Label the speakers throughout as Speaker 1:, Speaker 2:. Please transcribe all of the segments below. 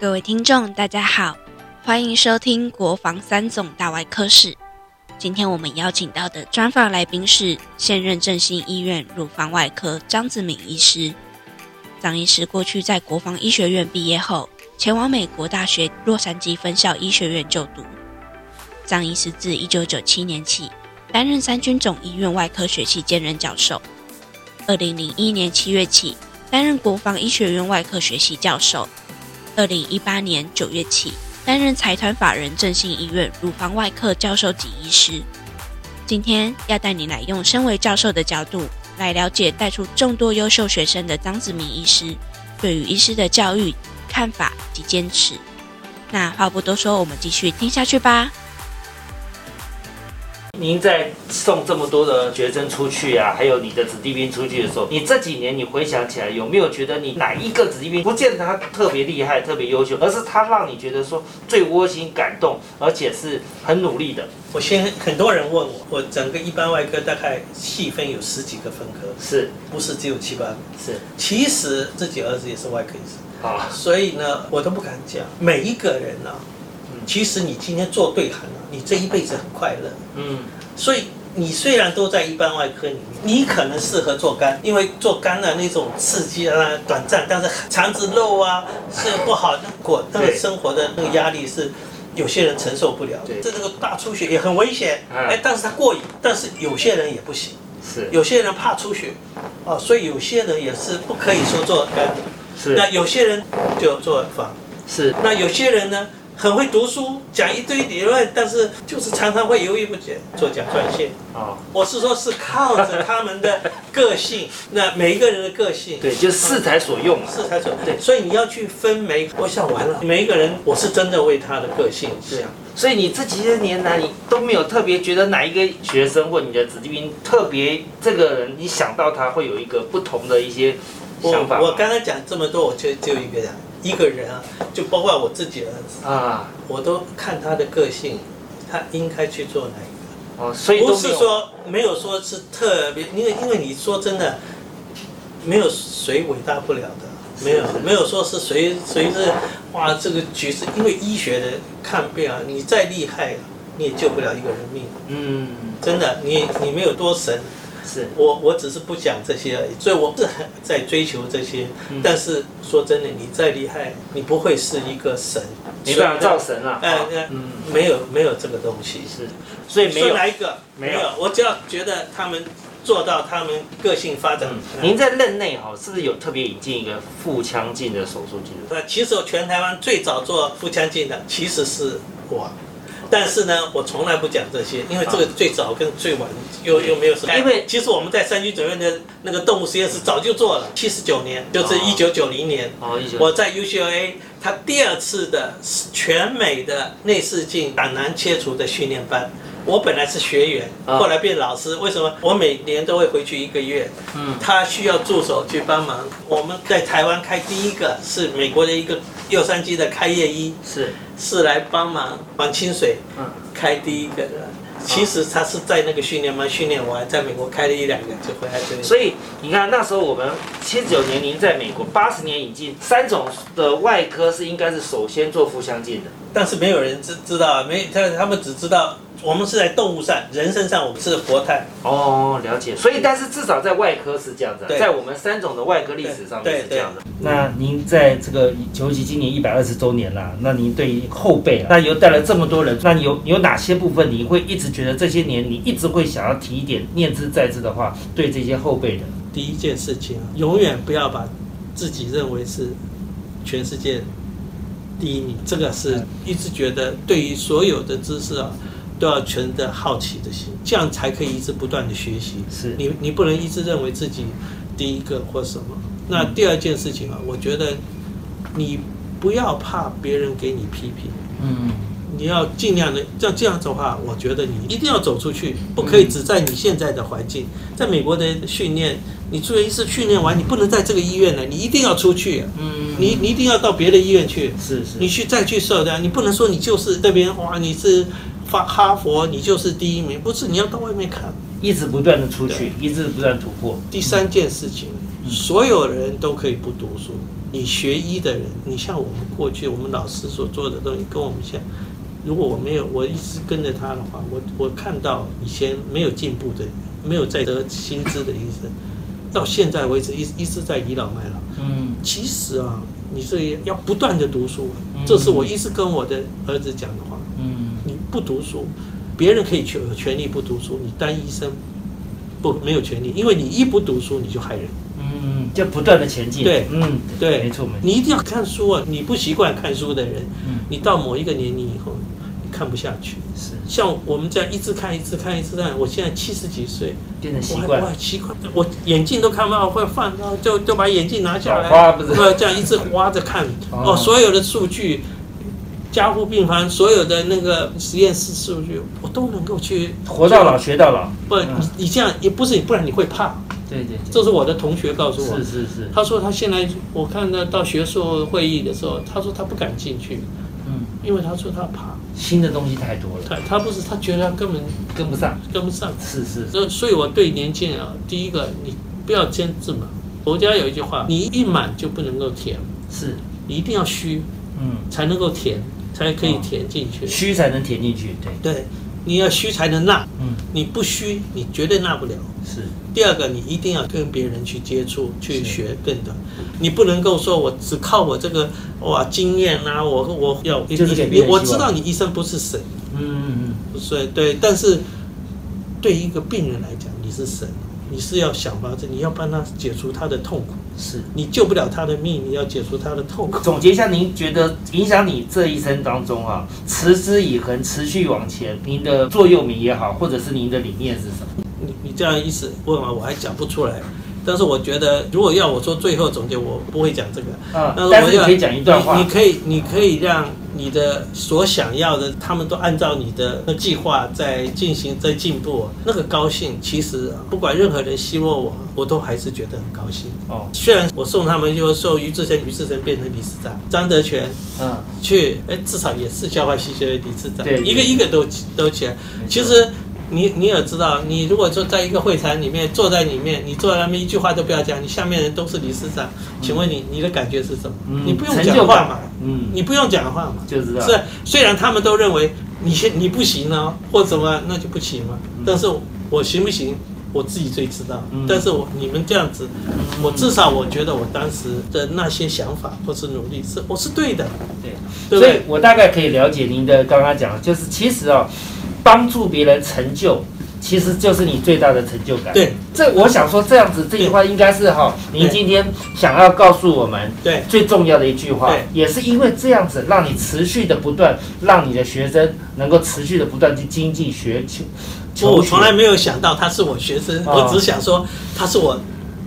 Speaker 1: 各位听众，大家好，欢迎收听《国防三总大外科室》。今天我们邀请到的专访来宾是现任振兴医院乳房外科张子敏医师。张医师过去在国防医学院毕业后，前往美国大学洛杉矶分校医学院就读。张医师自1997年起担任三军总医院外科学系兼任教授，2001年7月起担任国防医学院外科学系教授。二零一八年九月起担任财团法人振兴医院乳房外科教授及医师。今天要带你来用身为教授的角度来了解带出众多优秀学生的张子明医师对于医师的教育看法及坚持。那话不多说，我们继续听下去吧。
Speaker 2: 您在送这么多的学生出去啊，还有你的子弟兵出去的时候，你这几年你回想起来，有没有觉得你哪一个子弟兵不见得他特别厉害、特别优秀，而是他让你觉得说最窝心、感动，而且是很努力的？
Speaker 3: 我先很多人问我，我整个一般外科大概细分有十几个分科，
Speaker 2: 是
Speaker 3: 不是只有七八个。
Speaker 2: 是，
Speaker 3: 其实自己儿子也是外科医生，
Speaker 2: 好，
Speaker 3: 所以呢，我都不敢讲。每一个人啊，其实你今天做对行了、你这一辈子很快乐。
Speaker 2: 嗯，
Speaker 3: 所以你虽然都在一般外科里面，你可能适合做肝，因为做肝的那种刺激啊短暂，但是肠子漏啊是不好，那果那个
Speaker 2: 对
Speaker 3: 生活的那个压力是。有些人承受不了，
Speaker 2: 对
Speaker 3: 这这个大出血也很危险，
Speaker 2: 嗯
Speaker 3: 哎，但是他过瘾，但是有些人也不行，
Speaker 2: 是
Speaker 3: 有些人怕出血，啊，所以有些人也是不可以说做肝，
Speaker 2: 是
Speaker 3: 那有些人就做房，
Speaker 2: 是
Speaker 3: 那有些人呢很会读书，讲一堆理论，但是就是常常会犹豫不决，做甲状腺，
Speaker 2: 哦，
Speaker 3: 我是说，是靠着他们的个性，那每一个人的个性，
Speaker 2: 对，就是适才所用嘛。
Speaker 3: 是才准
Speaker 2: 对
Speaker 3: 所以你要去分每，我想完了，每一个人，我是真的为他的个性这样。
Speaker 2: 所以你这几些年来，你都没有特别觉得哪一个学生或你的子弟兵特别这个人，你想到他会有一个不同的一些
Speaker 3: 我
Speaker 2: 想法吗
Speaker 3: 我刚才讲这么多，我就只有一个人，一个人啊，就包括我自己儿子，
Speaker 2: 啊
Speaker 3: 我都看他的个性，他应该去做哪一个。
Speaker 2: 哦，所以都
Speaker 3: 不
Speaker 2: 没
Speaker 3: 是
Speaker 2: 有
Speaker 3: 说没有说是特别，因为因为你说真的，没有谁伟大不了的，没有
Speaker 2: 是是
Speaker 3: 没有说是谁谁是哇这个局势，因为医学的看病啊，你再厉害、你也救不了一个人命，
Speaker 2: 嗯
Speaker 3: 真的，你你没有多神，
Speaker 2: 是
Speaker 3: 我我只是不讲这些而已，所以我是很在追求这些，
Speaker 2: 嗯
Speaker 3: 但是说真的，你再厉害，你不会是一个神，
Speaker 2: 没办法造神了。
Speaker 3: 哎
Speaker 2: 啊
Speaker 3: 哎
Speaker 2: 嗯，
Speaker 3: 没有没有这个东西，
Speaker 2: 是，所以没
Speaker 3: 说
Speaker 2: 有。
Speaker 3: 哪一个？
Speaker 2: 没有
Speaker 3: 没有，我只要觉得他们做到他们个性发展。
Speaker 2: 嗯，
Speaker 3: 您
Speaker 2: 您在任内哈，是不是有特别引进一个腹腔镜的手术技术？
Speaker 3: 那其实我全台湾最早做腹腔镜的其实是我，但是呢，我从来不讲这些，因为这个最早跟最晚又又没有什么。
Speaker 2: 嗯因为
Speaker 3: 其实我们在三军总院的那个动物实验室早就做了，七十九年，就是
Speaker 2: 哦
Speaker 3: 一九九零年。
Speaker 2: 哦，一九
Speaker 3: 我在 UCLA，他第二次的全美的内视镜胆囊切除的训练班。我本来是学员，
Speaker 2: 啊
Speaker 3: 后来变老师。为什么？我每年都会回去一个月。
Speaker 2: 嗯
Speaker 3: 他需要助手去帮忙。我们在台湾开第一个是美国的一个洛杉矶的开业医，
Speaker 2: 是
Speaker 3: 是来帮忙往清水
Speaker 2: 嗯
Speaker 3: 开第一个的。其实他是在那个训练班训练完，在美国开了一两个就回来这里。
Speaker 2: 所以你看，那时候我们七九年您在美国，八十年引进三种的外科是应该是首先做腹腔镜的。
Speaker 3: 但是没有人知知道，啊，没他他们只知道我们是在动物上，人身上我们是活态。
Speaker 2: 哦，了解。所以，但是至少在外科是这样子啊、
Speaker 3: 对
Speaker 2: 在我们三种的外科历史上面
Speaker 3: 对
Speaker 2: 是这样的。那您在这个求吉今年一百二十周年啦，那您对于后辈啊，那又带了这么多人，那你有有哪些部分你会一直觉得这些年你一直会想要提一点念之在之的话，对这些后辈的？
Speaker 3: 第一件事情，永远不要把自己认为是全世界第一名，这个是一直觉得对于所有的知识啊，都要存着好奇的心，这样才可以一直不断的学习。
Speaker 2: 是
Speaker 3: 你你不能一直认为自己第一个或什么。那第二件事情啊，我觉得你不要怕别人给你批评。
Speaker 2: 嗯，
Speaker 3: 你要尽量的，像这样子的话，我觉得你一定要走出去，不可以只在你现在的环境。在美国的训练，你住院医师训练完，你不能在这个医院了，你一定要出去，啊
Speaker 2: 嗯
Speaker 3: 你你一定要到别的医院去，
Speaker 2: 是是
Speaker 3: 你去再去受的，你不能说你就是这边哇，你是发哈佛，你就是第一名，不是，你要到外面看。
Speaker 2: 一直不断的出
Speaker 3: 去，
Speaker 2: 一直不断突破。
Speaker 3: 第三件事情，所有人都可以不读书，你学医的人，你像我们过去我们老师所做的东西，跟我们现在，如果我没有我一直跟着他的话，我我看到以前没有进步的人，没有在得薪资的医生，到现在为止一一直在倚老卖老。
Speaker 2: 嗯
Speaker 3: 其实啊，你这要不断的读书啊
Speaker 2: 嗯，
Speaker 3: 这是我一直跟我的儿子讲的话。
Speaker 2: 嗯
Speaker 3: 你不读书，别人可以权有权利不读书，你当医生不没有权利，因为你一不读书你就害人。
Speaker 2: 嗯，就不断的前进。
Speaker 3: 对
Speaker 2: 嗯，
Speaker 3: 对
Speaker 2: 没错没错。
Speaker 3: 你一定要看书啊！你不习惯看书的人，
Speaker 2: 嗯，
Speaker 3: 你到某一个年龄以后，你看不下去。
Speaker 2: 是
Speaker 3: 像我们这样一直看、一直看、一直看，我现在七十几岁，
Speaker 2: 变成
Speaker 3: 我
Speaker 2: 习
Speaker 3: 还
Speaker 2: 惯
Speaker 3: 我。还习惯，我眼镜都看不到，会放到就就把眼镜拿下来，
Speaker 2: 老花不是
Speaker 3: 呃这样一直挖着看
Speaker 2: 哦
Speaker 3: 哦，所有的数据，加护病房所有的那个实验室数据，我都能够去
Speaker 2: 活到老学到老。
Speaker 3: 不，
Speaker 2: 嗯
Speaker 3: 你你这样也不是，不然你会怕。
Speaker 2: 对对
Speaker 3: 这是我的同学告诉
Speaker 2: 对，
Speaker 3: 我
Speaker 2: 是，是是。
Speaker 3: 他说他现在我看到到学术会议的时候，他说他不敢进去，
Speaker 2: 嗯，
Speaker 3: 因为他说他怕，
Speaker 2: 新的东西太多了，
Speaker 3: 他他不是他觉得他根本
Speaker 2: 跟不上。
Speaker 3: 跟不上。
Speaker 2: 是是
Speaker 3: 所以所以我对年轻人啊，第一个你不要先自满。佛家有一句话，你一满就不能够填，
Speaker 2: 是，
Speaker 3: 你一定要虚
Speaker 2: 嗯，
Speaker 3: 才能够填，才可以填进去。
Speaker 2: 虚才能填进去。哦对，
Speaker 3: 对，你要虚才能纳，
Speaker 2: 嗯，
Speaker 3: 你不虚你绝对纳不了。
Speaker 2: 是
Speaker 3: 第二个，你一定要跟别人去接触、去
Speaker 2: 是
Speaker 3: 学更多。你不能够说我只靠我这个哇经验啊，我我要
Speaker 2: 就是给别人
Speaker 3: 你
Speaker 2: 希望
Speaker 3: 我知道你医生不是神，
Speaker 2: 嗯嗯
Speaker 3: 所以对，但是对一个病人来讲，你是神，你是要想法子，你要帮他解除他的痛苦，
Speaker 2: 嗯，是。
Speaker 3: 你救不了他的命，你要解除他的痛苦。
Speaker 2: 总结一下，您觉得影响你这一生当中啊，持之以恒、持续往前，您的座右铭也好，或者是您的理念是什么？
Speaker 3: 你你这样意思问啊完，我还讲不出来。但是我觉得，如果要我做最后总结，我不会讲这个。
Speaker 2: 嗯，
Speaker 3: 呃我
Speaker 2: 但是你
Speaker 3: 要
Speaker 2: 可以讲一段话
Speaker 3: 你，你可以，你可以让你的所想要的，他们都按照你的计划在进行，在进步。那个高兴，其实不管任何人奚落我，我都还是觉得很高兴。
Speaker 2: 哦，
Speaker 3: 虽然我送他们就授于志成，于志成变成理事长，张德全
Speaker 2: 嗯，
Speaker 3: 去，哎，至少也是教化系学会理事长，
Speaker 2: 对对
Speaker 3: 一个一个都起都起来。
Speaker 2: 没错
Speaker 3: 其实你你也知道，你如果说在一个会谈里面坐在里面，你坐在那边一句话都不要讲，你下面人都是理事长，请问你你的感觉是什么？
Speaker 2: 嗯
Speaker 3: 你不用
Speaker 2: 成
Speaker 3: 讲
Speaker 2: 就
Speaker 3: 话
Speaker 2: 感
Speaker 3: 嘛，
Speaker 2: 嗯，
Speaker 3: 你不用讲话嘛。
Speaker 2: 就知道，
Speaker 3: 是，虽然他们都认为你先你不行呢、或怎么那就不行嘛
Speaker 2: 嗯，
Speaker 3: 但是我行不行？我自己最知道
Speaker 2: 嗯，
Speaker 3: 但是我你们这样子，我至少我觉得我当时的那些想法或是努力是我是对的，
Speaker 2: 对。
Speaker 3: 对不
Speaker 2: 所以
Speaker 3: 对？
Speaker 2: 我大概可以了解您的刚刚讲的，就是其实哦，帮助别人成就，其实就是你最大的成就感。，
Speaker 3: 对
Speaker 2: 这我想说这样子这句话应该是哈、您
Speaker 3: 对
Speaker 2: 今天想要告诉我们
Speaker 3: 对
Speaker 2: 最重要的一句话
Speaker 3: 对，
Speaker 2: 也是因为这样子，让你持续的不断，让你的学生能够持续的不断去精进学求求
Speaker 3: 我
Speaker 2: 学
Speaker 3: 从来没有想到他是我学生，
Speaker 2: 哦
Speaker 3: 我只想说他是我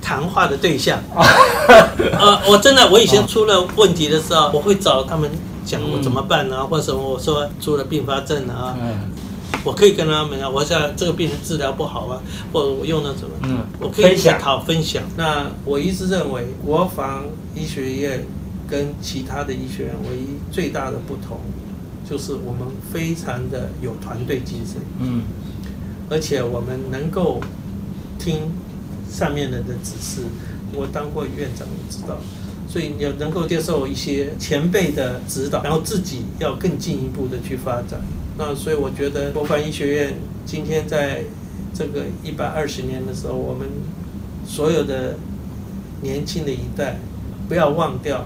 Speaker 3: 谈话的对象。呃，我真的我以
Speaker 2: 啊
Speaker 3: 前出了问题的时候，我会找他们讲我怎么办啊，或者什么我说出了并发症啊，
Speaker 2: 嗯
Speaker 3: 我可以跟他们讲，我想这个病人治疗不好啊，或者我用了什么，
Speaker 2: 嗯，
Speaker 3: 我可以
Speaker 2: 分享
Speaker 3: 探讨分享。那我一直认为，国防医学院跟其他的医学院唯一最大的不同，就是我们非常的有团队精神，
Speaker 2: 嗯
Speaker 3: 而且我们能够听上面人的指示。我当过院长，我知道。所以你要能够接受一些前辈的指导，然后自己要更进一步的去发展。那所以我觉得国防医学院今天在这个一百二十年的时候，我们所有的年轻的一代不要忘掉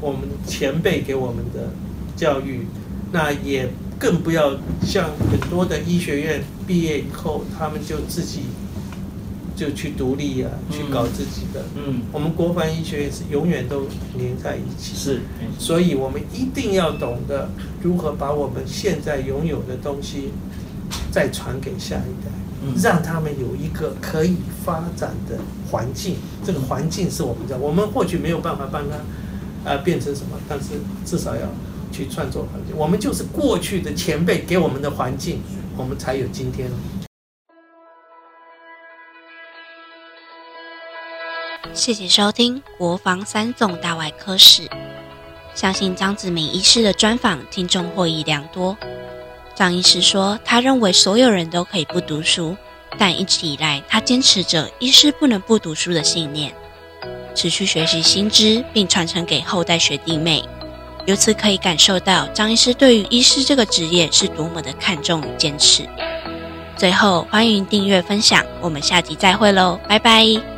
Speaker 3: 我们前辈给我们的教育，那也更不要像很多的医学院毕业以后，他们就自己就去独立啊，去搞自己的。
Speaker 2: 嗯，
Speaker 3: 我们国防医学院是永远都连在一起，
Speaker 2: 是，
Speaker 3: 所以我们一定要懂得如何把我们现在拥有的东西再传给下一代，
Speaker 2: 嗯
Speaker 3: 让他们有一个可以发展的环境。这个环境是我们的，我们或许没有办法帮他呃变成什么，但是至少要去创造环境。我们就是过去的前辈给我们的环境，我们才有今天。
Speaker 1: 谢谢收听《国防三纵大外科史》。相信张子明医师的专访听众获益良多。张医师说，他认为所有人都可以不读书，但一直以来他坚持着医师不能不读书的信念。持续学习新知，并传承给后代学弟妹。由此可以感受到张医师对于医师这个职业是多么的看重与坚持。最后，欢迎订阅分享，我们下集再会喽，拜拜。